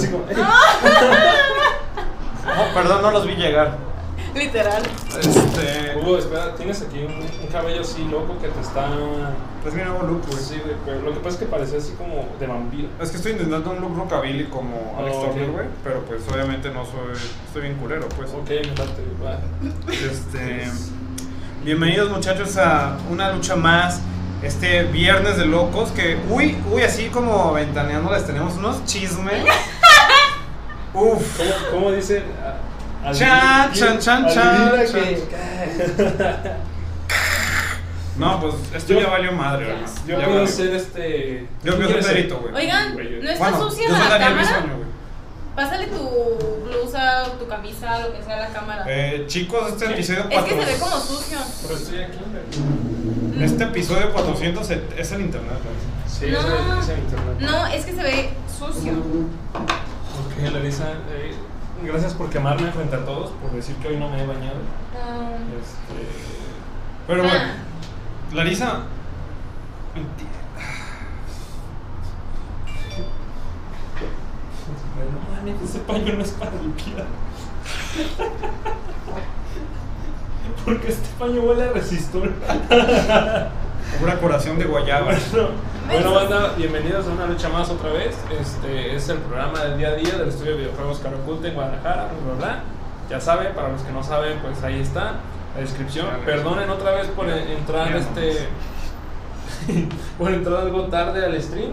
digo. "Ey". Ah. Oh, perdón, no los vi llegar. Literal. Este. Hugo, espera, tienes aquí un, un cabello así loco que te está. Es mi nuevo pues look, güey. Sí, güey, pero lo que pasa es que parece así como de vampiro. Es que estoy intentando un look rockabilly como Alex Oh, Turner, ok. güey. Pero pues obviamente no soy. Estoy bien culero, pues. Ok, me late, va. Este, bienvenidos muchachos a una lucha más. Este viernes de locos que, uy, uy, así como ventaneándoles tenemos unos chismes. Uf. ¿Cómo, cómo dicen? Ah, Chan, adivina- chan, chan, adivina chan, que- No, pues esto Yo- ya valió madre, Ya. hermano. Yo Ya puedo valió. ser este. Yo ¿Quién quiero quieres ser Pedrito, güey. Oigan, Güey, ¿no está Bueno, sucia yo soy la Daniel cámara? Bisoño, güey. Pásale tu blusa, tu camisa, lo que sea a la cámara. Eh, chicos, este Sí. episodio es que se cuatro- ve como sucio. Pero estoy aquí, güey. Este episodio 400 se- es el internet, güey. Sí, no, es de- es de internet. no, es que se ve sucio. Ok, Larisa, eh, gracias por quemarme frente a todos, por decir que hoy no me he bañado. Ah, Este, Pero bueno, ah, Larisa. menti- no mames, ese paño no es para limpiar. Porque este paño huele a resistor. Pura curación de guayaba. Bueno, bueno, banda, bienvenidos a una lucha más otra vez. Este es el programa del día a día del estudio de videojuegos Caraculte en Guadalajara, bla, bla, bla. Ya saben, para los que no saben, pues ahí está la descripción. Claro. Perdonen otra vez por eh, entrar Mira este por entrar algo tarde al stream.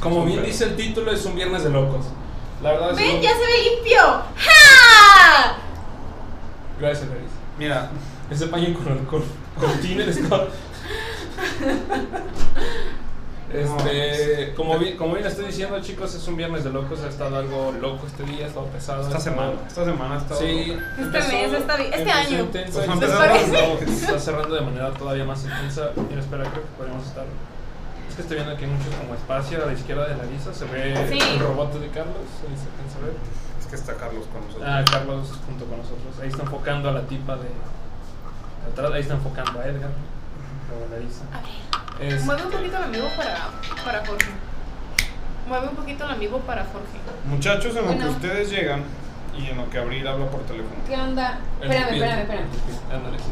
Como bien dice el título, es un viernes de locos. La verdad es Ah. ven, un- ya se ve limpio. ¡Ja! Gracias, Feliz. Mira, Ese paño con alcohol. Con tiner está. Este, como, vi- como bien estoy diciendo, chicos, es un viernes de locos. Ha estado algo loco este día, ha estado pesado. Esta semana, esta semana ha estado. Sí. Este mes, esta vi- este empezó año. intenso, Pues y empezó está loco. cerrando- está cerrando de manera todavía más intensa. Y espera, creo que podríamos estar. Es que estoy viendo aquí mucho como espacio a la izquierda de la lista. Se ve Sí. el robot de Carlos. Ahí se alcanza a ver. Es que está Carlos con nosotros. Ah, Carlos junto con nosotros. Ahí está enfocando a la tipa de. de atrás, ahí está enfocando a Edgar. o a Larisa. A ver. Es- Mueve un poquito el amigo para, para Jorge. Mueve un poquito el amigo para Jorge. Muchachos, en lo que Bueno. ustedes llegan y en lo que Abril habla por teléfono. ¿Qué onda? el Espérame, pupil. espérame, espérame. Ándale, sí.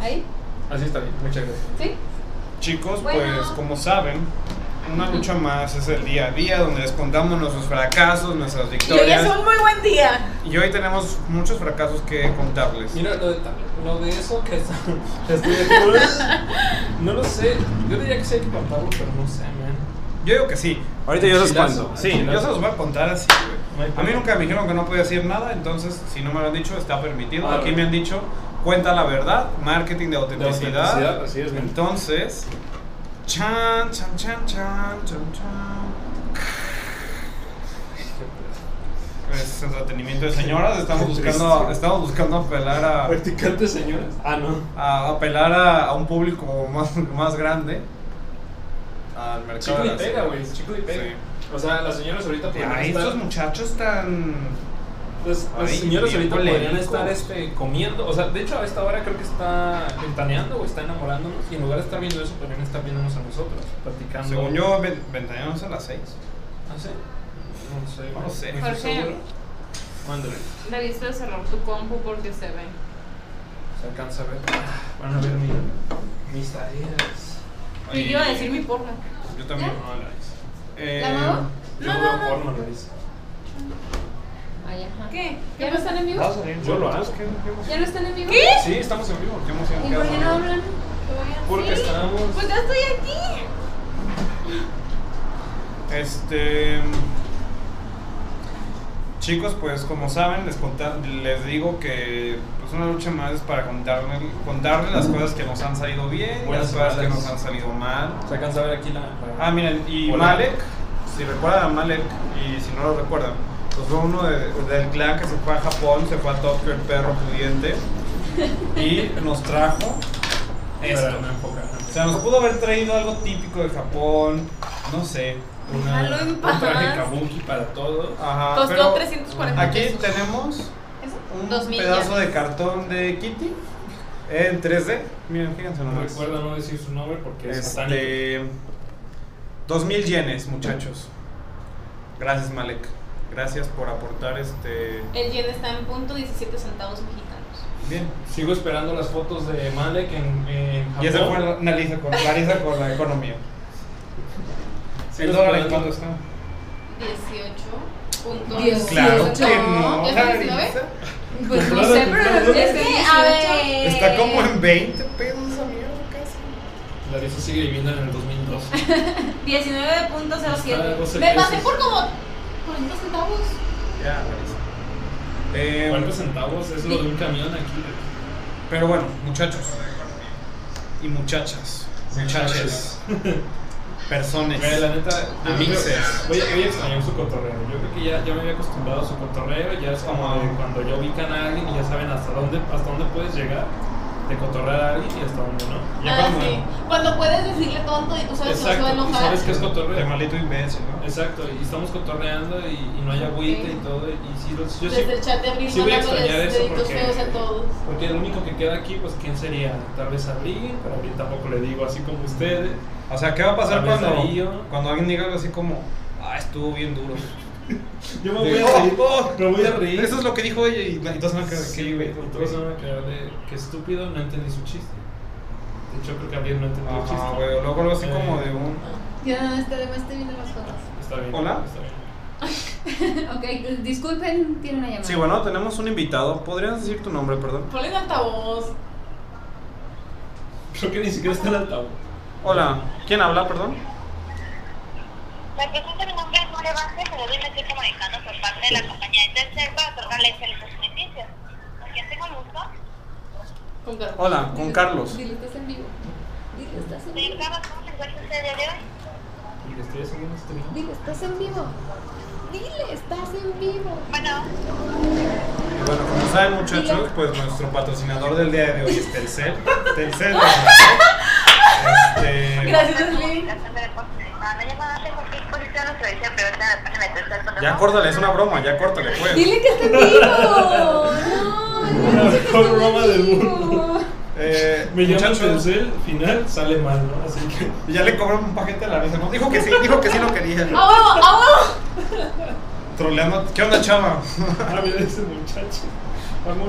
¿Ahí? Así está bien, muchas gracias. ¿Sí? Chicos, Bueno. pues como saben, una lucha más es el día a día donde les contamos nuestros fracasos, nuestras Y hoy es victorias. un muy buen día. Y hoy tenemos muchos fracasos que contarles. Mira, lo de, lo de eso que está. que estoy aquí, no lo sé. Yo diría que sí hay que contarlo, pero no sé, man. Yo digo que sí. Ahorita yo los cuento. Sí, yo se los voy a contar así, No hay güey. A mí problema. nunca me dijeron que no podía decir nada, entonces si no me lo han dicho, está permitido. Ah, Aquí bueno. me han dicho, cuenta la verdad, marketing de De autenticidad. autenticidad, así es, güey. Entonces, chan, chan, chan, chan, chan, chan. Es entretenimiento de señoras, estamos Qué buscando, triste. estamos buscando apelar a, Practicantes, señores. Ah, no. a apelar a, a un público más, más grande. Al mercado Chico de y las pega, señoras. güey. Chico y pega. Sí. O sea, las señoras ahorita pues, podrían Ay, estar- estos muchachos tan. Las, las Ay, señoras bien Pues, ahorita podrían polémicos. estar este, comiendo, o sea, de hecho a esta hora creo que está ventaneando o está enamorándonos y en lugar de estar viendo eso podrían estar viéndonos a nosotros, platicando. Según yo, ve- ventaneamos a las 6. Ah, sí. No sé, No sé. estoy Jorge. seguro. Mándale, Debiste de cerrar tu compu porque se ve. se alcanza a ver. Van a ver mi, mis tareas. Y yo iba a decir mi porno. Yo también. Ah, No, Larisa. Eh, ¿La muevo? Yo No, veo no, no. porno, Larisa. Ay, ajá. ¿Qué? ¿Ya no están en vivo? Yo lo hago. ¿Qué, qué emoción? ¿Ya no están en vivo? ¿Qué? Sí, estamos en vivo. Qué emoción, ¿Y qué por qué no emoción. hablan? Porque Sí, estamos... Pues ya estoy aquí. Este. Chicos, pues como saben, les, conta- les digo que pues, una lucha más es para contarles contarles las cosas que nos han salido bien y Buenas las cosas que malas. nos han salido mal. Se alcanza a ver aquí la... Ah, miren, y Hola. Malek, si recuerdan a Malek, y si no lo recuerdan, pues fue uno de- del clan que se fue a Japón, se fue a Tokio el perro pudiente, y nos trajo esto. Espera, no enfoca. O sea, nos pudo haber traído algo típico de Japón, no sé, una... Déjalo en Un traje paz. kabuki para todos. Ajá, Costó Ah, pero 340 Aquí pesos. tenemos un Dos mil pedazo yenes. de cartón de Kitty en 3D. Miren, fíjense No nomás. recuerdo no decir su nombre porque es satánico. Este, 2000 yenes, muchachos. Gracias, Malek. Gracias por aportar este. El yen está en punto 17 centavos mexicanos. Bien. Sigo esperando las fotos de Malek en, en Japón. Ya se fue la- Larisa con, Larisa con la economía. Sigo El dólar en esperando- cuánto está. 18 puntos. Dios. Claro que no, ¿Ya son 19? Larisa. Pues no sé, pero Es que, a ver. Está como en 20 pesos esa mierda casi. Larissa sigue viviendo en el 2002. 19.07. Está Me pasé doce por como 40 centavos. Ya, Larisa. Eh, 40 centavos es lo de un camión aquí. Pero bueno, muchachos. Y muchachas. Muchaches. Personas. Mira, la neta, yo Amixes. creo- voy, a- voy a extrañar su cotorreo. Yo creo que ya, ya me había acostumbrado a su cotorreo. Ya es como de cuando ya ubican a alguien y ya saben hasta dónde, hasta dónde puedes llegar de cotorrear a alguien y hasta dónde no. Ya Ah, cuando- pues, sí. Cuando puedes decirle tonto y tú sabes que no se va a Exacto, y enojar. sabes que es De cotorreo. malito imbécil, ¿no? Exacto, y estamos cotorreando y, y no hay agüita y todo. Y sí, los- yo sí, Desde el chat de abril sí voy a extrañar mandándoles eso deditos porque- feos a todos. Porque el único que queda aquí, pues, ¿quién sería? Tal vez Abril, pero Abril tampoco le digo así como ustedes. O sea, ¿qué va a pasar Tal vez cuando, Darío. cuando alguien diga algo así como, ah, estuvo bien duro? Yo me De- voy a "Oh, reír, oh, me voy a reír. Eso es lo que dijo ella y y todos van a quedar, Sí, "¿Qué, güey, güey? todos van a quedar de que estúpido, no entendí su chiste. De hecho, creo que Abril no entendió el chiste. Ajá, güey, o luego algo así Eh, como de un... Ya, este, además estoy viendo las fotos. Está bien. ¿Hola? Está bien. Ok, pues, disculpen, tiene una llamada. Sí, bueno, tenemos un invitado. ¿Podrías decir tu nombre, perdón? Ponle en altavoz. Creo que ni siquiera está el altavoz. Hola, ¿quién habla, perdón? La pregunta mi nombre es Nuria Vázquez, le doy un equipo manejando por parte de la compañía Intercel para otorgarle excelentes beneficios. ¿Con quién tengo el gusto? Con Carlos. Hola, con Carlos. Dile, estás en vivo. Dile, estás en Señor vivo. Carlos, ¿cómo se encuentra usted el día de hoy? Y le estoy haciendo un stream. Dile, estás en vivo. Dile, estás en vivo. Bueno, Y Bueno, como saben, muchachos, pues nuestro patrocinador del día de hoy es Telcel. Telcel. Este, Gracias, Slim. la de deporte. Ah, me llama antes porque pues, posición nos trae pero ahorita la página de Telcel. ¿no? ya córtale, es una broma, ya córtale, pues. Dile que está en vivo. No, La no, mejor broma del mundo. Eh, Me llama muchachos, Telcel, final sale mal, ¿no? Así que. Y ya le cobraron un paquete a la risa. ¿no? Dijo que sí, dijo que sí lo quería. ¡A huevo! ¡A huevo! Troleando. ¿Qué onda, chava? A ver ese muchacho. Vamos.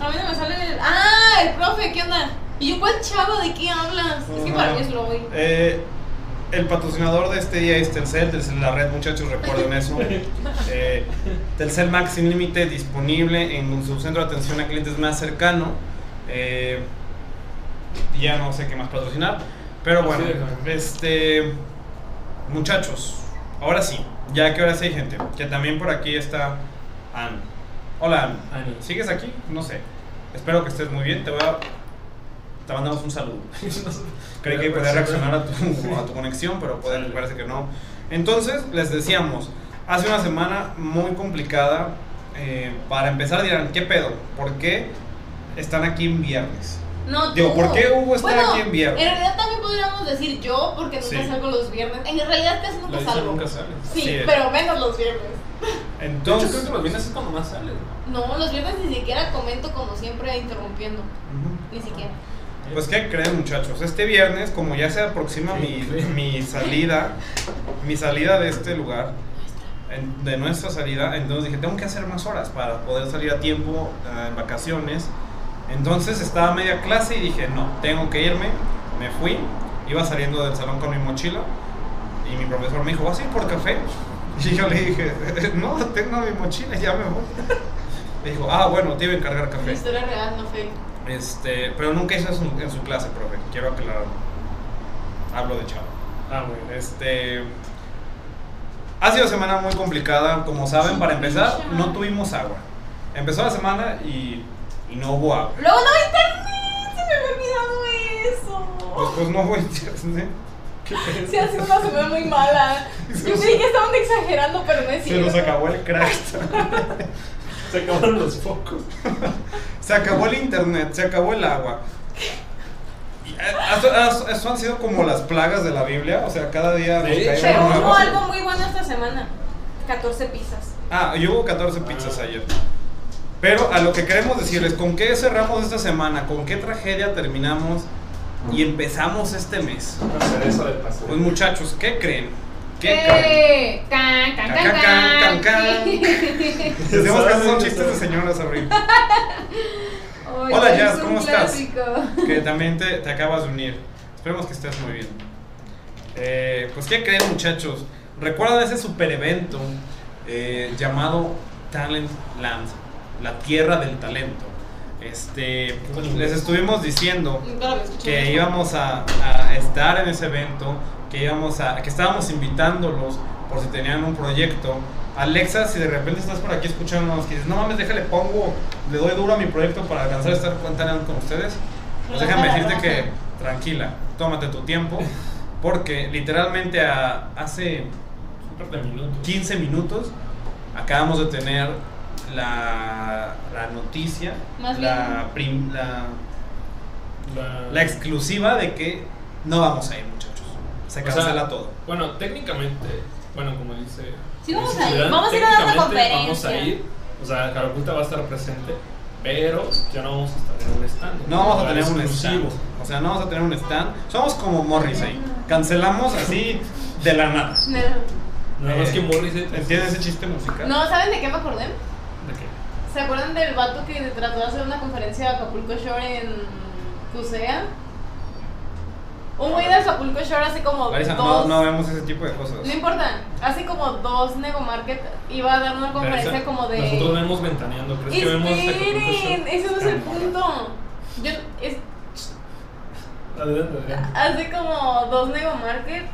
A mí no me sale el... ¡Ah! El profe, ¿qué onda? ¿Y yo cuál chavo? ¿De qué hablas? Es que para mí es lo hoy. Eh, el patrocinador de este día es Telcel, Telcel La Red, muchachos, recuerden eso. Eh, Telcel Max sin límite disponible en su centro de atención a clientes más cercano. Eh, ya no sé qué más patrocinar, pero Así bueno, de claro. este muchachos, ahora sí, ya que ahora sí hay gente, que también por aquí está Ann. Hola Ann. Ani. ¿Sigues aquí? No sé. Espero que estés muy bien. Te voy a... Te mandamos un saludo. Creí que podía reaccionar a tu, a tu conexión, pero puede, parece que no. Entonces, les decíamos, hace una semana muy complicada. eh, para empezar dirán, ¿qué pedo? ¿Por qué están aquí en viernes? No, tú. Digo, ¿por qué Hugo está Bueno, aquí en viernes? En realidad también podríamos decir yo, porque nunca Sí. salgo los viernes. En realidad casi La nunca lista salgo. nunca sale. Sí, Sí. pero menos los viernes. De hecho, creo Entonces... que los viernes es cuando más sale. No, los viernes ni siquiera comento como siempre interrumpiendo. Ujú. Ni siquiera. Pues qué creen muchachos, este viernes como ya se aproxima Sí, mi, sí. mi salida, mi salida de este lugar, en- de nuestra salida, entonces dije, tengo que hacer más horas para poder salir a tiempo ah, en vacaciones. Entonces estaba a media clase y dije, no, tengo que irme, me fui, iba saliendo del salón con mi mochila y mi profesor me dijo, ¿vas a ir por café? Y yo le dije, no, tengo mi mochila, ya me voy. Me dijo, ah, bueno, te iba a encargar La café. historia real, no fake. Este, pero nunca hizo eso en- en su clase, profe. Quiero aclarar. Hablo de chavo. Ah, bueno. Este. Ha sido semana muy complicada. Como saben, para empezar, no tuvimos agua. Empezó la semana y, y no hubo agua. Luego no hay internet, se me había olvidado eso. Después no hubo internet. ¿Qué pedo? Se hace una semana muy mala. Yo creí que estaban exagerando, pero no es Se cierto. nos acabó el crash. Se acabaron los focos. Se acabó el internet, se acabó el agua. Y, eh, Eso, eso- eso han sido como las plagas de la Biblia. O sea, cada día nos Sí. cae Pero una hubo nueva. algo muy bueno esta semana. 14 pizzas. Ah, y hubo 14 pizzas ayer. Pero a lo que queremos decirles, ¿con qué cerramos esta semana? ¿Con qué tragedia terminamos y empezamos este mes? Una cereza del pastel. Pues muchachos, ¿qué creen? ¿Qué? que Eh, can can can Can, can, can can, Decimos que esos son chistes de señoras, Abril. Oye, Hola, es Jazz, un ¿cómo estás? clásico. Que también te, te acabas de unir. Esperemos que estés muy bien. Eh, pues, ¿qué creen, muchachos? Recuerdan ese super evento eh, llamado Talent Land, la tierra del talento. Este, les estuvimos diciendo Nunca lo había escuchado. que íbamos a, a estar en ese evento, que íbamos a, que estábamos invitándolos por si tenían un proyecto. Alexa, si de repente estás por aquí escuchándonos, que dices, no mames, déjale, pongo, le doy duro a mi proyecto para alcanzar a estar con Talent con ustedes, pues déjame decirte que tranquila, tómate tu tiempo, porque literalmente a- hace Un par de minutos. 15 minutos acabamos de tener la, la noticia, Más la, prim- la La- la exclusiva de que no vamos a ir, muchachos. Se O sea, cancela todo. Bueno, técnicamente, bueno, como dice. Sí, como vamos dice a ir, Ciudad, vamos a ir a dar una técnicamente conferencia. Vamos a ir, o sea, Caraculta va a estar presente, pero ya no vamos a estar en un stand. No vamos a Va tener un exclusivo. stand. O sea, no vamos a tener un stand. Somos como Morrissey. Cancelamos así de la nada. Nada más Eh, que Morris. es- ¿Entiendes ese chiste musical? No, ¿saben de qué me acordé? ¿De qué? ¿Se acuerdan del vato que trató de hacer una conferencia de Acapulco Shore en Cusea? Un güey de Acapulco Shore hace como Larisa, no, dos... no vemos ese tipo de cosas. No importa, hace como dos Negomarket iba a dar una conferencia Larisa, como de... Nosotros vemos ventaneando, ¿crees que vemos hasta Esperen, ese no es el Camorra. punto. Yo, es- Adelante, adelante. hace como dos Nego Market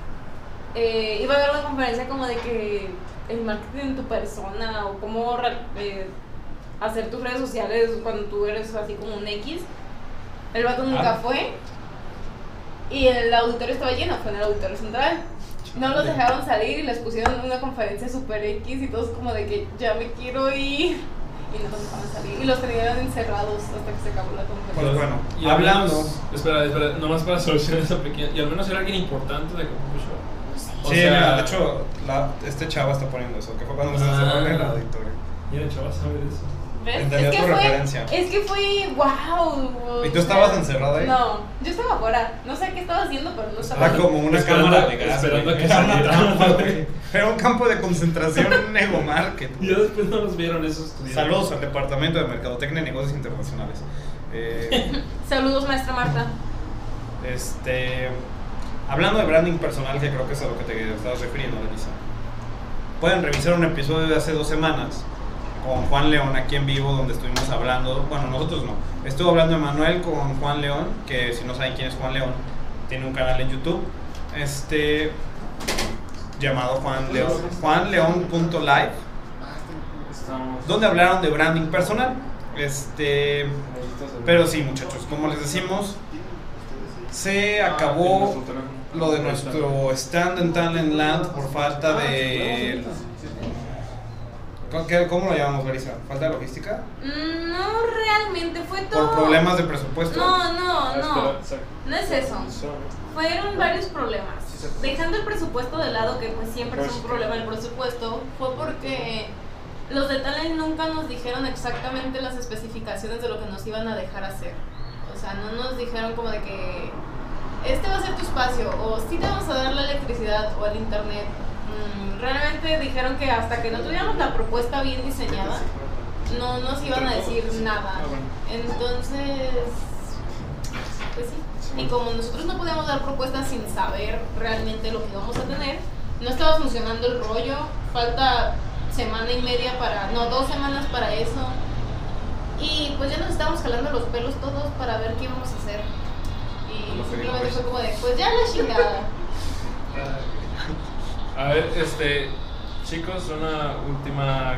eh, iba a dar una conferencia como de que el marketing en tu persona o cómo re- eh, hacer tus redes sociales cuando tú eres así como un X. El vato nunca Ah. fue y el auditorio estaba lleno, fue en el auditorio central. No los Chale. dejaron salir y les pusieron una conferencia super X y todos como de que ya me quiero ir y no los dejaron salir y los tenían encerrados hasta que se acabó la Pues conferencia. bueno, Y al hablando. menos- espera, espera, nomás para solucionar esa pequeña. Y al menos era alguien importante de Acapulco Shore. O sí, sea- mira, de hecho, la- este chavo está poniendo eso, que fue cuando se Ah. cerró el auditorio. Mira, chaval, sabe de eso. ¿Ves? Entendí Es que, tu fue, referencia. es que fue wow. ¿Y tú estabas encerrada ahí? Ah, No, yo estaba afuera. No sé qué estaba haciendo, pero no estaba. Era como una Ah, Esperando- cámara de gas. esperando güey. a que Era una saliera. trampa, güey. Era un campo de concentración, un ego market. Y ya después no nos vieron esos Ah, estudiantes. Saludos al Departamento de Mercadotecnia y Negocios Internacionales. Eh, Saludos, maestra Marta. este, hablando de branding personal, que creo que es a lo que te estabas refiriendo, Denisa. Pueden revisar un episodio de hace dos semanas con Juan León aquí en vivo, donde estuvimos hablando. Bueno, nosotros no. Estuvo hablando Emanuel con Juan León, que si no saben quién es Juan León, tiene un canal en YouTube. Este llamado Juan León, juanleón.live, Estamos. donde hablaron de branding personal. Este, Pero sí, muchachos, como les decimos, se Ah, acabó lo de nuestro stand en Talent Land por Ah, falta de. ¿Cómo- qué- ¿Cómo lo llamamos, Larisa? ¿Falta de logística? Mm, No realmente, fue todo. ¿Por problemas de presupuesto? No, no, Ah, no. No es eso. Fueron varios problemas. Dejando el presupuesto de lado, que pues siempre es un problema el presupuesto, fue porque los de Talent nunca nos dijeron exactamente las especificaciones de lo que nos iban a dejar hacer. O sea, no nos dijeron como de que este va a ser tu espacio, o si te vamos a dar la electricidad o el internet. Mm, Realmente dijeron que hasta que no tuviéramos la propuesta bien diseñada, no nos iban a decir nada. Entonces, pues sí. Y como nosotros no podíamos dar propuestas sin saber realmente lo que íbamos a tener, no estaba funcionando el rollo, falta semana y media para, no, dos semanas para eso. Y pues ya nos estábamos jalando los pelos todos para ver qué íbamos a hacer. Y Lo que dijo simplemente eso. fue como de, pues ya la chingada. A ver, este. Chicos, una última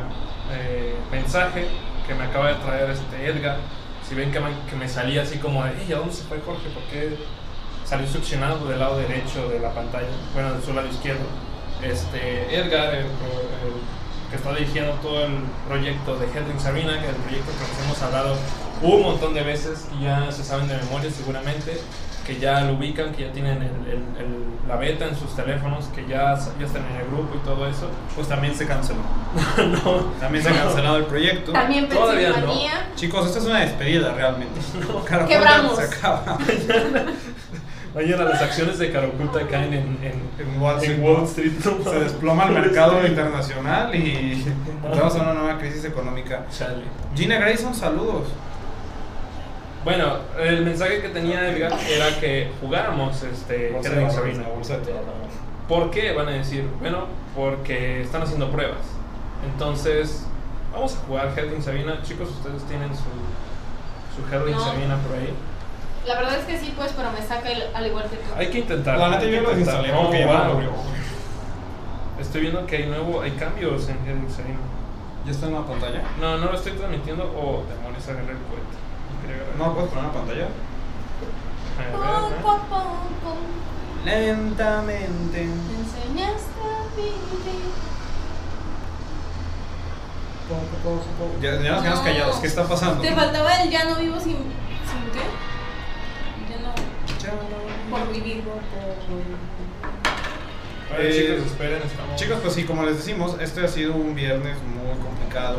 eh, mensaje que me acaba de traer este Edgar. Si ven que me, que me salí así como de, "Ey, ¿a dónde se fue Jorge? ¿Por qué salió succionado del lado derecho de la pantalla? Bueno, de su lado izquierdo. Este, Edgar, el pro- el que está dirigiendo todo el proyecto de Henry Sabina, que es el proyecto que nos hemos hablado un montón de veces, que ya se saben de memoria seguramente, que ya lo ubican, que ya tienen el- el- el- la beta en sus teléfonos, que ya, ya están en el grupo y todo eso. Pues también se canceló. no, También se ha cancelado el proyecto. También Todavía no. Pensilvania. Chicos, esta es una despedida realmente. Caracolta Quebramos. Se acaba. Mañana las acciones de Caraculta caen en, en, En Wall Street. en Wall Street. no Se mames. desploma el Wall mercado Street. internacional y entramos a una nueva crisis económica. Chale. Gina Grayson, saludos. Bueno, el mensaje que tenía Edgar era que jugáramos este, Bolsa Edgar y de Sabrina. la bolsa de todo. ¿Por qué? Van a decir, bueno, porque están haciendo pruebas. Entonces, vamos a jugar Herding Sabina. Chicos, ustedes tienen su, su Herding No. Sabina por ahí. La verdad es que sí, pues, pero me saca el- al igual que tú. Hay que intentar. La neta hay que yo lo intentar. desinstalé No, porque ya me wow. aburrió. Estoy viendo que hay nuevo, hay cambios en Herding Sabina. ¿Ya está en la pantalla? No, no lo estoy transmitiendo. Oh, demonios, agarré el cohete. Quería agarrar. No, pues. puedes poner la pantalla. A ver, Poco ¿eh? a poco Lentamente. me enseñaste a vivir. Poco, poco, poco. Ya, ya nos quedamos callados. ¿Qué está pasando? Te faltaba el ya no vivo sin. ¿Sin qué? Ya no. Por vivir. A ver, Eh, chicos, esperen, estamos. Chicos, pues sí, como les decimos, este ha sido un viernes muy complicado.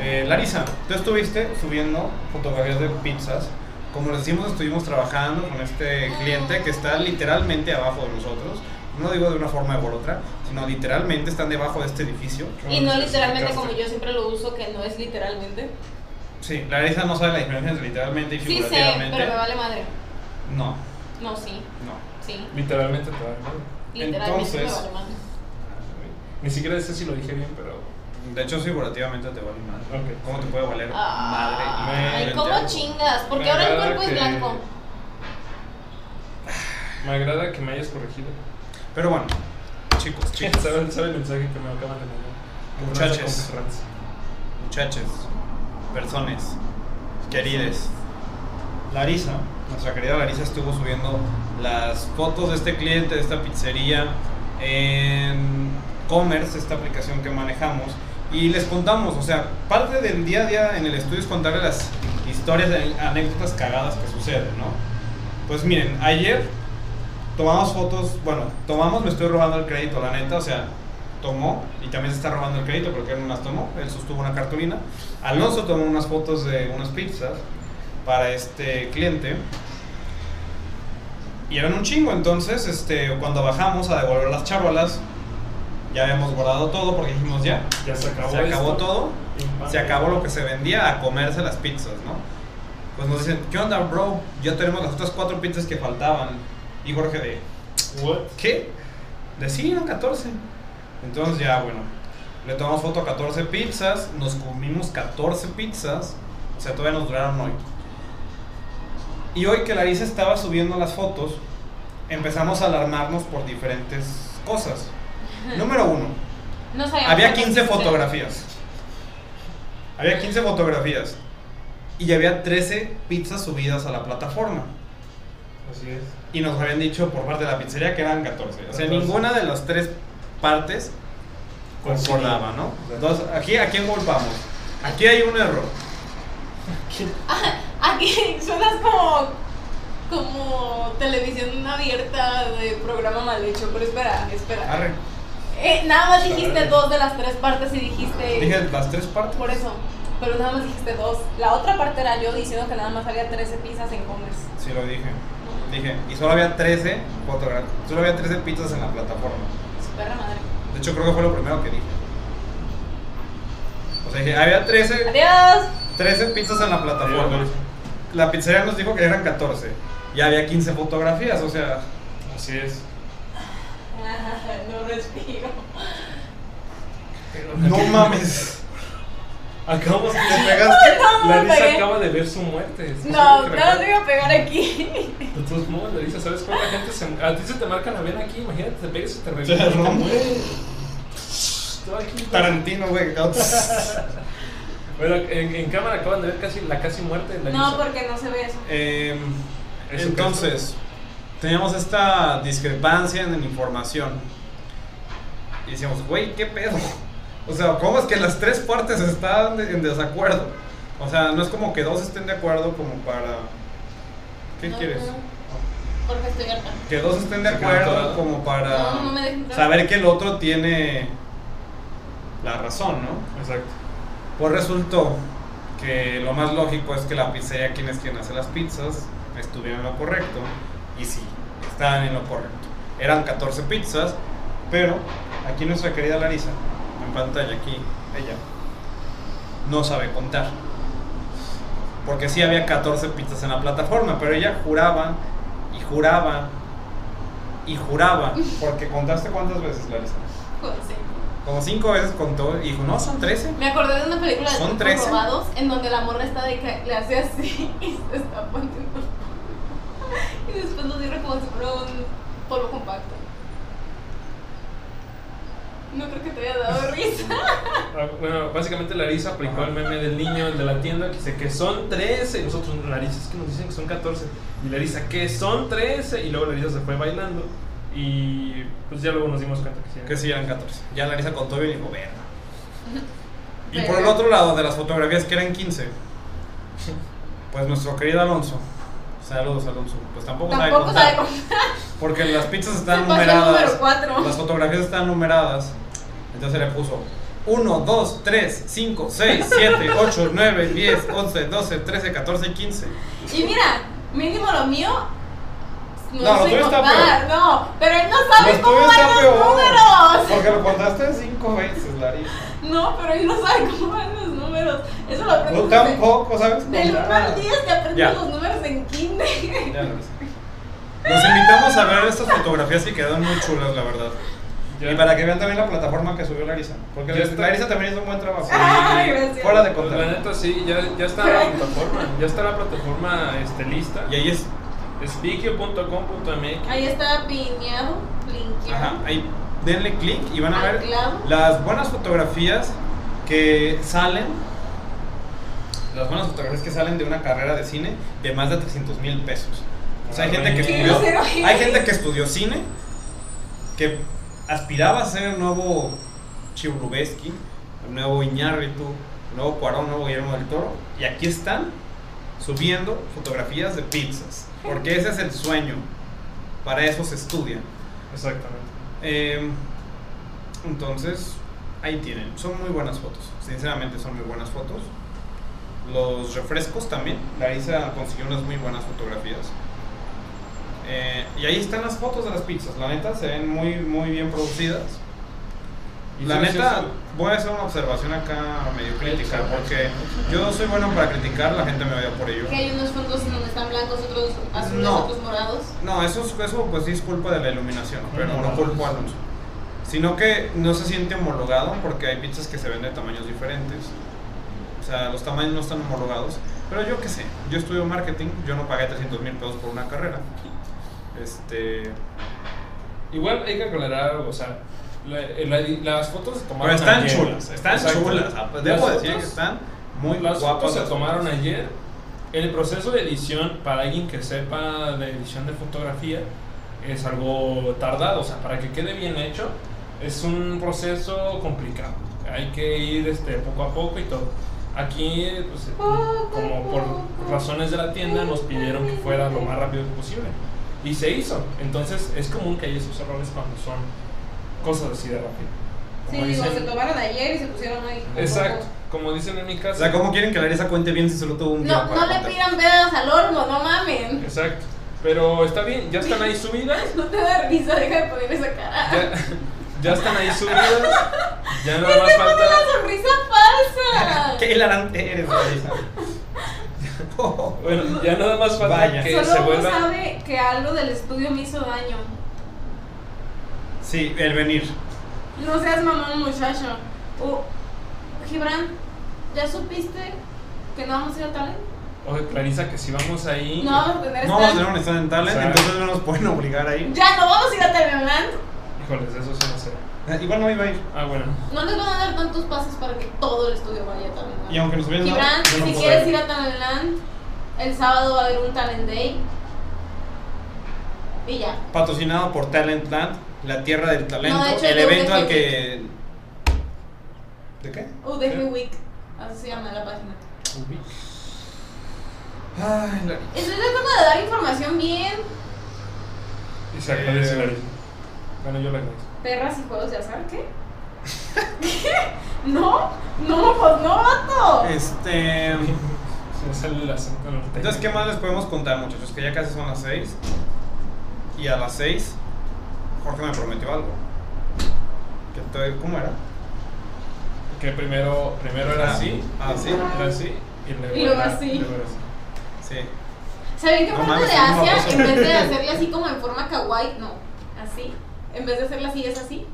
Eh, Larisa, tú estuviste subiendo fotografías de pizzas. Como les decimos, estuvimos trabajando con este cliente que está literalmente abajo de nosotros. No digo de una forma u otra, sino literalmente están debajo de este edificio. Y no literalmente como yo siempre lo uso, que no es literalmente. Sí, Larisa no sabe la diferencia entre literalmente y Sí sé, figurativamente. pero me vale madre. No, No, sí, no. sí. Literalmente te va a dar. Literalmente me Entonces- vale madre. Ni siquiera sé si lo dije bien, pero. De hecho, figurativamente te vale madre. Ok. ¿Cómo te puede valer eh, madre? Ah, Ay, me- ¿cómo chingas? Porque me ahora el agrada cuerpo es que- blanco. Me agrada que me hayas corregido. Pero bueno, chicos, chicos. ¿Sabe, sabe el mensaje que me acaban de mandar? Muchachos. Con Ferranz. Muchachos, personas, querides. Larisa, nuestra querida Larisa estuvo subiendo las fotos de este cliente, de esta pizzería, en Commerce, esta aplicación que manejamos. Y les contamos, o sea, parte del día a día en el estudio es contarle las historias, de- anécdotas cagadas que suceden, ¿no? Pues miren, ayer tomamos fotos, bueno, tomamos, me estoy robando el crédito, la neta, o sea, tomó y también se está robando el crédito porque él no las tomó, él sostuvo una cartulina. Alonso tomó unas fotos de unas pizzas para este cliente y eran un chingo, entonces este, cuando bajamos a devolver las charolas, ya habíamos guardado todo porque dijimos ya, Ya se acabó. se acabó esto. todo, Pim, pam. se acabó lo que se vendía a comerse las pizzas, ¿no? Pues nos dicen, ¿qué onda, bro? Ya tenemos las otras cuatro pizzas que faltaban. Y Jorge de, What? ¿Qué? Decían 14. Entonces ya, bueno, le tomamos foto a 14 pizzas, nos comimos 14 pizzas, o sea, todavía nos duraron hoy. Y hoy que Larisa estaba subiendo las fotos, empezamos a alarmarnos por diferentes cosas. Número uno, No sabíamos había que 15 existía. fotografías. Había 15 fotografías. Y ya había 13 pizzas subidas a la plataforma. Así es. Y nos habían dicho por parte de la pizzería que eran 14. O sea, 14. ninguna de las tres partes concordaba, ¿no? Entonces, aquí, ¿a quién culpamos? Aquí hay un error. Aquí suenas como. como televisión abierta de programa mal hecho. Pero espera, espera. Arre. Eh, nada más dijiste dos de las tres partes y dijiste. Dije las tres partes. Por eso. Pero nada más dijiste dos. La otra parte era yo diciendo que nada más había 13 pizzas en Commerce. Sí, lo dije. Dije, y solo había 13 fotografías. Solo había 13 pizzas en la plataforma. Su perra madre. De hecho, creo que fue lo primero que dije. O sea, dije, había 13, Adiós. 13 pizzas en la plataforma. La pizzería nos dijo que eran 14. Y había 15 fotografías, o sea, Así es. no respiro. no mames. Acabamos de Te pegaste. No, me Larisa pegué. acaba de ver su muerte. Es No, algo que no recuerda. te iba a pegar aquí. De todos modos, Larisa, ¿sabes cuánta gente se.? A ti se te marca la vena aquí, imagínate, te pegas y te O sea, revientas. no, Todo aquí. Tarantino, güey. Bueno, en, en cámara acaban de ver casi la casi muerte de Larisa. No, porque no se ve eso. Eh, Eso entonces, teníamos esta discrepancia en la información. Y decíamos, güey, ¿qué pedo? O sea, ¿cómo es que las tres partes están de- en desacuerdo? O sea, no es como que dos estén de acuerdo como para... ¿Qué No, quieres? no, Porque estoy harta. Que dos estén de Se quedó acuerdo atorado. como para No, no me dejes entrar. saber que el otro tiene la razón, ¿no? Exacto. Pues resultó que lo más lógico es que la pizzería, quien es quien hace las pizzas, estuviera en lo correcto. Y sí, estaban en lo correcto. Eran 14 pizzas, pero aquí nuestra querida Larisa, en pantalla, aquí, ella, no sabe contar. Porque sí había 14 pizzas en la plataforma, pero ella juraba y juraba y juraba. Porque contaste cuántas veces, Larisa. Con cinco. Como cinco veces contó y dijo, no, son 13. Me acordé de una película de ¿Son Tiempos 13? robados en donde la morra está de que le hace así y se está poniendo. Y después lo cierra como si fuera un polvo compacto. No creo que te haya dado risa. Ah, Bueno, básicamente Larisa aplicó el meme del niño, el de la tienda, que dice que son 13. Y nosotros, Larisa, es que nos dicen que son 14. Y Larisa, que son 13. Y luego Larisa se fue bailando. Y pues ya luego nos dimos cuenta que sí. eran Que sí, eran 14. Ya Larisa contó bien y dijo, verga. Y Verga. por el otro lado de las fotografías que eran 15, pues nuestro querido Alonso, saludos Alonso, pues tampoco, Tampoco sabe sabe contar. cómo. Porque las pizzas están Se pasó el número numeradas. cuatro. Las fotografías están numeradas. Entonces le puso 1, 2, 3, 5, 6, 7, 8, 9, 10, 11, 12, 13, 14 y 15. Y mira, mínimo lo mío. No, No, lo sé tuyo está contar, peor. no, pero él no sabe Los cómo tuyos van están los peor, números. Porque lo contaste 5 veces, Larisa. No, pero él no sabe cómo van los números. Eso lo No aprendes de- tampoco, ¿sabes? Del 1 al 10 te aprendes Ya. los números en kinder. Ya lo hice. Los invitamos a ver estas fotografías que quedan muy chulas, la verdad. Ya. Y para que vean también la plataforma que subió Larisa. Porque Ya la- está. Larisa también hizo un buen trabajo. Ay, gracias. Fuera de Pues la contar. neta sí, ya, ya está la plataforma, ya está la plataforma este, lista. Y ahí es. Speakio.com.mx Ahí está piñado, blinqueado. Ajá, ahí denle clic y van a Al ver clavo. las buenas fotografías que salen. Las buenas fotografías que salen de una carrera de cine de más de 300 mil pesos. O sea, hay gente que Qué estudió. grosero eres. Hay gente que estudió cine, que aspiraba a ser el nuevo Chibrubeski, el nuevo Iñárritu, el nuevo Cuarón, el nuevo Guillermo del Toro. Y aquí están subiendo fotografías de pizzas. Porque ese es el sueño. Para eso se estudia. Exactamente. Eh, entonces, ahí tienen. Son muy buenas fotos. Sinceramente, son muy buenas fotos. Los refrescos también. Larisa consiguió unas muy buenas fotografías. Eh, y ahí están las fotos de las pizzas. La neta, se ven muy, muy bien producidas. Y La sí, sí, neta, sí. voy a hacer una observación acá medio crítica. Porque yo soy bueno para criticar, la gente me odia por ello. Que hay unos fondos en donde están blancos, otros azules, No. otros morados. No, eso, es- eso pues sí es culpa de la iluminación, pero No, no, Ah, no, pues. no, culpa no. a Alonso. Sino que no se siente homologado porque hay pizzas que se ven de tamaños diferentes. O sea, los tamaños no están homologados. Pero yo qué sé, yo estudio marketing, yo no pagué 300 mil pesos por una carrera. Este. Igual hay que aclarar algo, o sea, la- eh, la- las fotos se tomaron Pero están ayer. chulas, están Exacto. chulas. Ah, pues, Debo Las decir que fotos- están muy Las guapas. fotos se las tomaron fotos. ayer. El proceso de edición, para alguien que sepa de edición de fotografía, es algo tardado. O sea, para que quede bien hecho, es un proceso complicado. Hay que ir este, poco a poco y todo. Aquí, pues, como por razones de la tienda, nos pidieron que fuera lo más rápido posible. Y se hizo. Entonces, es común que haya esos errores cuando son cosas así de rápido. Sí, Como digo, se dicen- tomaron ayer y se pusieron ahí. como Exacto. locos. Como dicen en mi O casa. sea, ¿cómo quieren que la Larisa cuente bien si solo tuvo un día No, para no le contar? pidan pedas al horno, no mamen. Exacto. Pero está bien, ya están ahí subidas. No te da risa, deja de poner esa cara. Ya, ya están ahí subidas. Ya Te nada más está falta. poniendo una sonrisa falsa. Qué hilarante eres, Larisa. Bueno, ya nada más falta Vaya. que se Solo uno vuelvan. sabe que algo del estudio me hizo daño. sí, el venir. No seas mamón, muchacho. O, Gibran, ¿ya supiste que no vamos a ir al talent? Oye, Clarisa, que si vamos ahí. No vamos a tener No vamos a stand. tener un stand en Talent, Exacto. entonces no nos pueden obligar a ir. Ya no vamos a ir a Teleland. Híjoles, eso sí no sé. Eh, Igual no iba a ir. Ah, bueno. No les van a dar tantos pases para que todo el estudio vaya a Y Teleland. aunque nos hubieran Gibran, yo no si puedo quieres ir a Teleland, el sábado va a haber un Talent Day. Y ya. Patrocinado por Talent Land, la tierra del talento, No, de hecho, el yo evento al creo que que. ¿De qué? UDG Oh, Week, así se llama la página. Ay, la- Estoy tratando de dar información bien. Y se agradece Clarisa. Bueno, yo la agradezco. Perras y juegos de azar, ¿qué? ¿No? No, pues no, vato. Este. Se me sale el acento norteño. Entonces, ¿qué más les podemos contar, muchachos? Que ya casi son las 6. y a las 6 Jorge me prometió algo. Que todo- ¿Cómo era? Que primero, primero era Ah, así, ah, sí. era así, y luego, Y luego era- así. luego era así. Sí. ¿Saben qué No parte mames, de es un Asia, baboso. en vez de hacerle así como en forma kawaii, no, así, en vez de hacerla así, es así?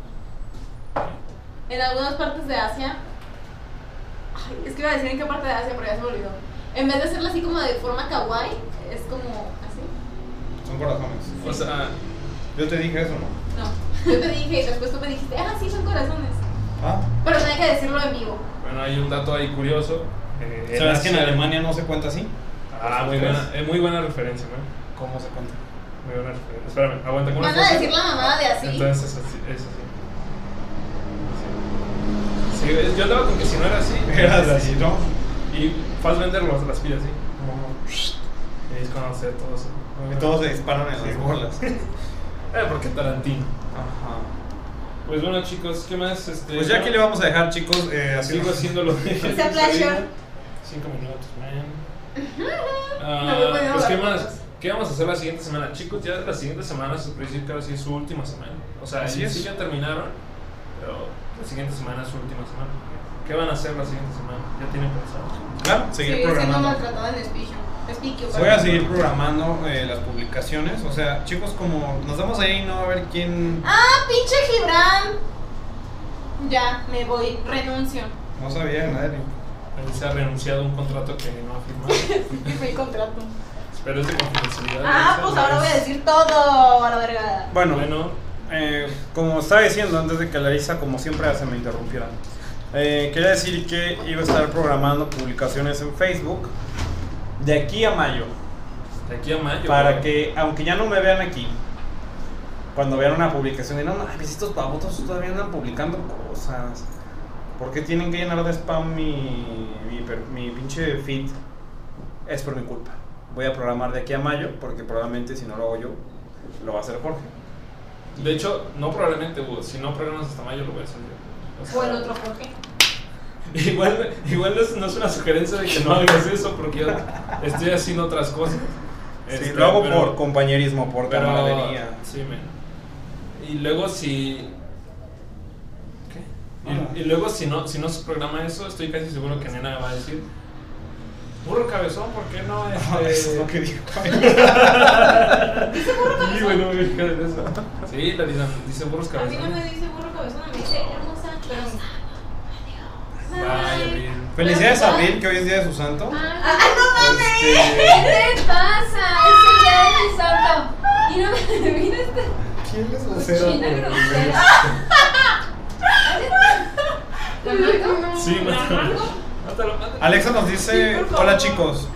En algunas partes de Asia, ay, es que iba a decir en qué parte de Asia, pero ya se me olvidó. En vez de hacerla así como de forma kawaii, es como así. Son corazones. O sea, Yo te dije eso, ¿no? No, yo te dije y después tú me dijiste, ah, sí, son corazones. Ah. Pero tenía que decirlo en vivo. bueno, hay un dato ahí curioso. eh, en ¿Sabes que en Asia- Alemania no se cuenta así? Ah, muy buena, es muy buena referencia, ¿no? ¿Cómo se cuenta? Muy buena referencia. Espérame, aguanta con una Van a frase. decir la mamada de así. Entonces es así, es así. Sí. Sí, es- yo andaba con que si no era así, Era así, ¿no? Y Fassbender los las pide así. Y ahí es cuando se todo eso. Y todos se disparan en Sí. las bolas. Eh, porque Tarantino. Ajá. Pues bueno, chicos, ¿qué más? Este, Pues ya no? que le vamos a dejar, chicos, eh, así Sigo haciéndolo. It's a pleasure. Cinco minutos, man. No me he Ah, podido pues, ¿qué hablar. más? ¿Qué vamos a hacer la siguiente semana? Chicos, ya la siguiente semana, se puede decir que ahora sí es su última semana. O sea, Así sí, es. sí ya terminaron, pero la siguiente semana es su última semana. ¿Qué van a hacer la siguiente semana? ¿Ya tienen pensado? Claro, seguir Sigue siendo programando. maltratada en el speech. Speak, Voy a seguir programando eh, las publicaciones. O sea, chicos, como nos damos ahí, ¿no? A ver quién. ¡Ah, pinche Gibran! Ya, me voy, renuncio. No sabía nadie. Él se ha renunciado a un contrato que no ha firmado. Firmé el contrato. Espero es de confidencialidad. Ah, Esa pues no ahora es. voy a decir todo a la verga. Bueno, Bueno, eh, como estaba diciendo antes de que Larisa, como siempre, se me interrumpiera. eh, quería decir que iba a estar programando publicaciones en Facebook de aquí a mayo. de aquí a mayo. Para güey. que, aunque ya no me vean aquí, cuando vean una publicación, dirán, ay, pues estos pavotos todavía andan publicando cosas. ¿Por qué tienen que llenar de spam mi, mi, per- mi pinche feed? Es por mi culpa. Voy a programar de aquí a mayo, porque probablemente si no lo hago yo, lo va a hacer Jorge. De hecho, no probablemente, Hugo, si no programas hasta mayo lo voy a hacer yo. O sea, O el otro Jorge. Igual, igual no es- no es una sugerencia de que no hagas eso porque yo estoy haciendo otras cosas. Sí, Este, lo hago pero- por compañerismo, por pero- camaradería. Sí, men. Y luego si... ¿Qué? Ah. Y, y luego si no, si no se programa eso, estoy casi seguro que Nena va a decir... Burro cabezón, ¿por qué no? Este... Eso Ah, es lo que dijo. Sí, güey, no me voy a dejar de eso. Sí, la dice, dice burros A mí no cabezón. me dice burro cabezón, me dice hermosa cabezón. Vaya, bien. Felicidades a Abril, que hoy es día de su santo. ¡Ay, Ah, no mames! Este, ¿Qué te pasa? Es el día de mi santo. Y no me mira esta ¿Quién les cochina vocero? grosera. ¿Lo marco? Sí, ¿Lo mátalo. marco? Mátalo, mátalo. Alexa nos dice, Sí, por favor. hola chicos.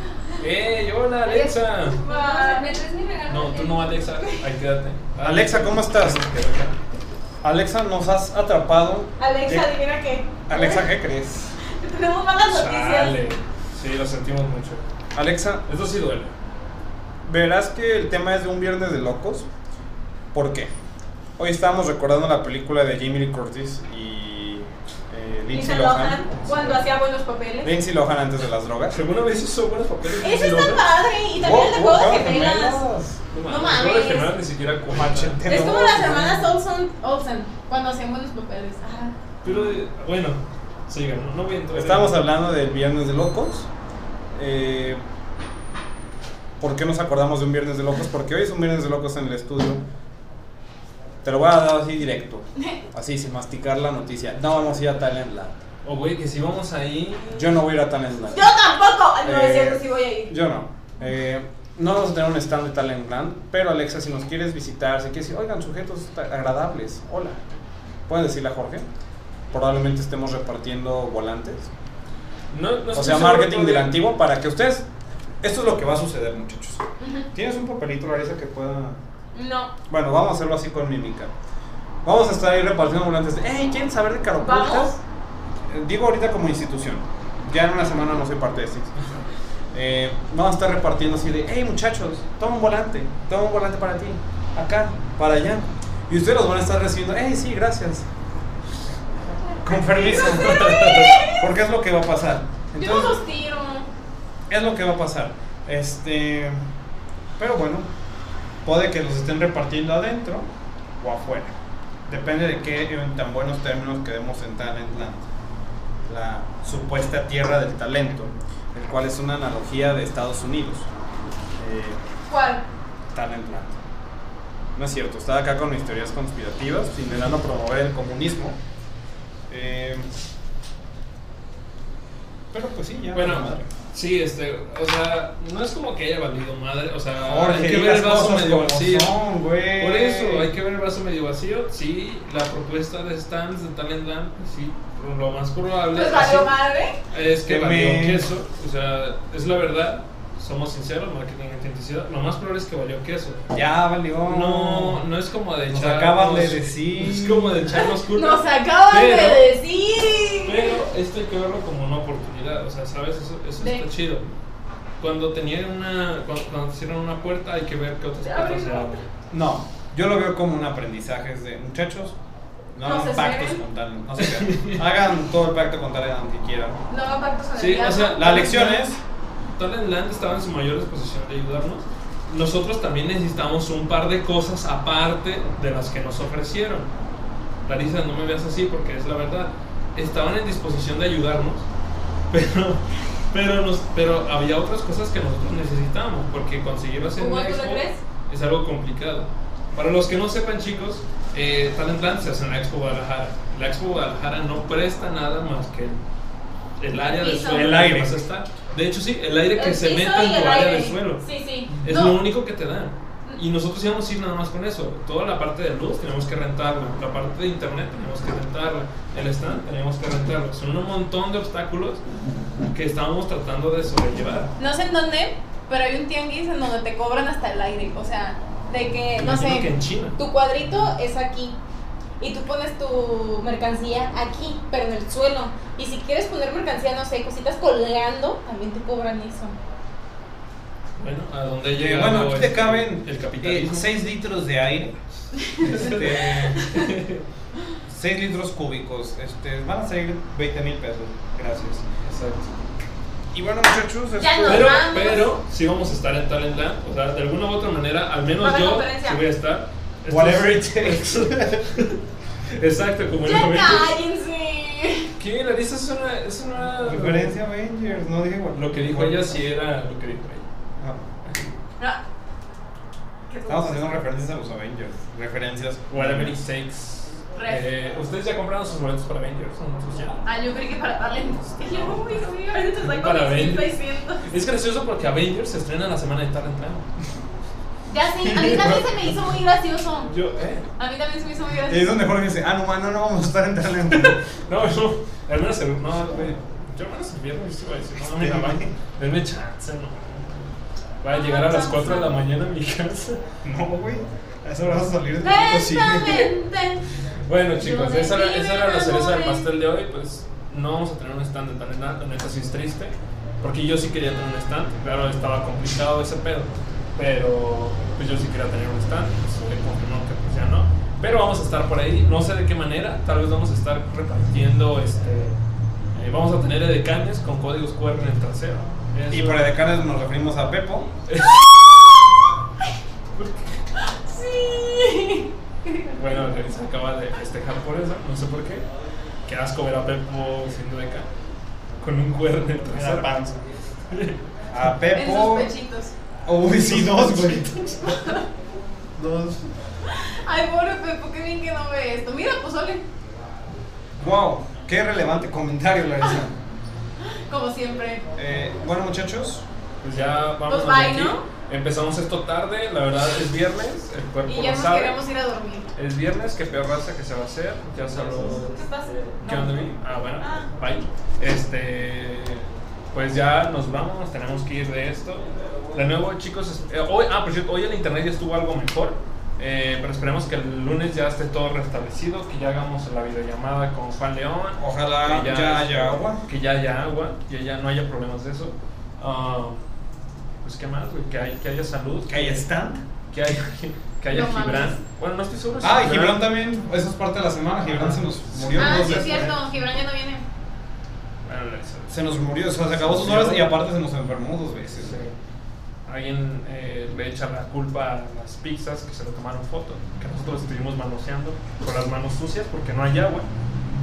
¡Ey, hola, Alexa! Va. ¿Me traes mi regalo? No, tú no, Alexa. Ahí quédate. Alexa, ¿cómo estás? Alexa, nos has atrapado. Alexa, ¿Qué- adivina qué. Alexa, ¿qué crees? Tenemos malas Chale. noticias. Sí, lo sentimos mucho. Alexa, Esto sí duele. verás que el tema es de un viernes de locos. ¿Por qué? Hoy estábamos recordando la película de Jamie Lee Curtis y eh, Lindsay Lindsay Lohan. Lohan, cuando hacía buenos papeles. Lindsay Lohan antes de las drogas. ¿Alguna vez hizo buenos papeles? Eso ¿No? está padre. Y también el de Oh, oh, juegos claro, gemelas. gemelas. No No mames. No mames. le generaron ni siquiera cuenta. Machete. Es como No, las no. hermanas Olsen, Olsen cuando hacían buenos papeles. Ajá. Pero, eh, bueno, sigan. No, no voy a entrar. en- Estábamos hablando del Viernes de Locos. Eh, ¿Por qué nos acordamos de un Viernes de Locos? Porque hoy es un Viernes de Locos en el estudio. Te lo voy a dar así directo. Así, sin masticar la noticia. No vamos a ir a Talentland. O, Oh, güey, que si vamos ahí. Yo no voy a ir a Talentland. Yo tampoco. Ay, No, es Eh, cierto, sí voy a ir. Yo no. Eh, no vamos a tener un stand de Talentland. Pero Alexa, si nos quieres visitar, si quieres decir, oigan, sujetos ta- agradables, hola. Pueden decirle a Jorge. Probablemente estemos repartiendo volantes. No, no O estoy sea, seguro marketing del todavía. antiguo para que ustedes. Esto es lo que va a suceder, muchachos. ¿Tienes un papelito, Larisa, que pueda.? No. Bueno, vamos a hacerlo así con mímica. Vamos a estar ahí repartiendo volantes. de, ¡Ey! ¿Quieren saber de Vamos. carocultas? Eh, Digo ahorita como institución. Ya en una semana no soy parte de esta institución. Eh, vamos a estar repartiendo así de: ¡Ey, muchachos! Toma un volante. Toma un volante para ti. Acá, para allá. Y ustedes los van a estar recibiendo: ¡Ey, sí, gracias! Con permiso. Porque es lo que va a pasar. Yo no los tiro. Es lo que va a pasar. Este. Pero bueno. Puede que los estén repartiendo adentro o afuera. Depende de qué en tan buenos términos quedemos en Talentland, la supuesta tierra del talento, el cual es una analogía de Estados Unidos. Eh, ¿Cuál? Talentland. No es cierto, estaba acá con mis teorías conspirativas, sin verano promover el comunismo. Eh, pero pues sí, ya. Bueno, vale madre. sí, este, o sea, no es como que haya valido madre, o sea, Jorge, hay que ver digas el vaso cosas medio como vacío. son, güey. Por eso, hay que ver el vaso medio vacío. Sí, la propuesta de Stans de Talentland, pues sí, lo más probable Pues así, valió madre. es que Que valió me- queso. O sea, es la verdad, somos sinceros, marketing de autenticidad. Lo más probable es que valió queso. Ya valió. No, no es como de Nos echarnos- acabas de decir. Es como de echarnos culpa. Nos acaban Pero- de decir. Pero esto hay que verlo como una oportunidad, o sea, ¿sabes? Eso, eso De- está chido. Cuando tenían una, cuando, cuando cierran una puerta hay que ver qué otras De puertas se abrirlo. abren. No, yo lo veo como un aprendizaje es de muchachos. No, No hagan se pactos ceguen. con talento. No se ceguen. hagan todo el pacto con talento que quieran. No hagan pactos con el Sí, o diablo. sea, La lección es. Land estaba en su mayor disposición de ayudarnos. Nosotros también necesitamos un par de cosas aparte de las que nos ofrecieron. Larisa, no me veas así porque es la verdad. Estaban en disposición de ayudarnos, pero, pero, nos, pero había otras cosas que nosotros necesitamos porque conseguir hacer ¿Hugo, una tú lo expo crees? es algo complicado. Para los que no sepan, chicos, eh, Talentland se hace en la Expo Guadalajara. La Expo Guadalajara no presta nada más que el- el área del Piso. suelo. El que aire. vas a estar. De hecho, sí, el aire que El se piso mete en y tu el área aire. del suelo. Sí, sí. Es No, lo único que te dan. Y nosotros íbamos a ir nada más con eso. Toda la parte de luz tenemos que rentarla. La parte de internet tenemos que rentarla. El stand tenemos que rentarlo. Son un montón de obstáculos que estábamos tratando de sobrellevar. No sé en dónde, pero hay un tianguis en donde te cobran hasta el aire. O sea, de que, Eh, no Imagino sé, que en China. tu cuadrito es aquí. Y tú pones tu mercancía aquí, pero en el suelo. Y si quieres poner mercancía, no sé, cositas colgando, también te cobran eso. Bueno, a donde eh, llega bueno, aquí te caben eh, el capitalismo. 6 litros de aire. Este, 6 litros cúbicos. Este, van a salir 20 mil pesos. Gracias. Exacto. Y bueno, muchachos, Ya esto- no. Pero, vamos. pero sí vamos a estar en Talentland. O sea, de alguna u otra manera, al Va a menos haber yo conferencia. sí voy a estar. Esto Whatever it es- takes. Exacto, como en el ¡Ya momento. cállense! ¿Qué? La lista es una. Es una Referencia a Avengers, no dije bueno. Lo que dijo ella sí era lo que dijo ella. Ah, Ah. ¿Qué Estamos fue? haciendo referencias a los Avengers. Referencias. Whatever it takes. Res. Eh, Ustedes ya compraron sus boletos para Avengers. ¿no? Nosotros ya. Ah, yo creí que para talentos. Y yo, uy, uy, ahorita te saco Para mis Avengers. 1600. Es gracioso porque Avengers se estrena la semana de Talentland. Ya sí, a mí también se me hizo muy gracioso. Yo, ¿eh? A mí también se me hizo muy Y es gracioso. donde Jorge dice, ah, no, man, no, no vamos a estar en talento. No, no, al menos el. No, güey. Yo al menos el viernes sí voy a decir, no, mira, va, denme chance, no. Va a llegar a las 4 de la mañana a mi casa. no, güey. A esa hora vas a salir de tu cocina. Lentamente. Bueno, chicos, esa era, esa era la cereza del pastel de hoy. Pues no vamos a tener un stand de talento, la neta sí es triste. Porque yo sí quería tener un stand, claro, estaba complicado ese pedo. Pero pues yo sí quería tener un stand, pues me confirmó que pues ya no. Pero vamos a estar por ahí, no sé de qué manera, tal vez vamos a estar repartiendo este. eh, vamos a tener edecanes con códigos QR en el trasero. Eso- Y por edecanes nos referimos a Pepo. Sí. Bueno, se acaba de festejar por eso, no sé por qué. Qué asco ver a Pepo siendo de acá, con un cuerno en el trasero. A En sus Pepo. pechitos. Uy, sí, dos, güey. Dos. Ay, pobre Pepo, qué bien que no ve esto. Mira, pues, Pozole, Wow, qué relevante comentario, Larissa. como siempre. Eh, bueno, muchachos, Pues ya vamos Pues bye, a aquí. ¿no? Empezamos esto tarde, la verdad es viernes, el cuerpo Y ya lo nos sabe. queremos ir a dormir. Es viernes, qué peor raza que se va a hacer. Ya se habló. ¿Qué pasa? ¿Qué onda, vi? Ah, bueno, Ah. bye. Este. Pues ya nos vamos, nos tenemos que ir de esto. De nuevo, chicos, es- eh, hoy, ah, por cierto, hoy el internet ya estuvo algo mejor. eh, pero esperemos que el lunes ya esté todo restablecido, que ya hagamos la videollamada con Juan León. ojalá Que ya, haya agua. Que ya haya agua, que ya no haya problemas de eso. Ah, pues qué más, güey, que, hay- que haya salud, Que haya stand. que haya, que haya No mames. Gibran. Bueno, no estoy seguro si Ah, y Gibran también. Eso es parte de la semana. Gibran se nos murió. Ah, dos sí, es veces. cierto, Gibran ya no viene. Bueno, eso- Se nos murió, o sea, se acabó sus horas y aparte se nos enfermó dos veces. sí. alguien eh, le echa la culpa a las pizzas que se le tomaron foto, que nosotros estuvimos manoseando con las manos sucias porque no hay agua.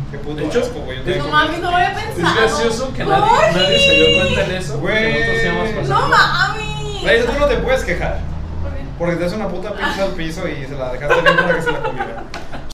Qué De puto hecho, asco, güey. yo de- te No digo, mames, no lo había Eh, Es pensado. gracioso que nadie, ¡Gordy! nadie se dio cuenta de eso. porque Güey. nosotros íbamos No pasando. mames. Güey, tú no te puedes quejar. ¿Por qué? Ah. Porque te hace una puta pizza al piso y se la dejaste bien para que se la comiera.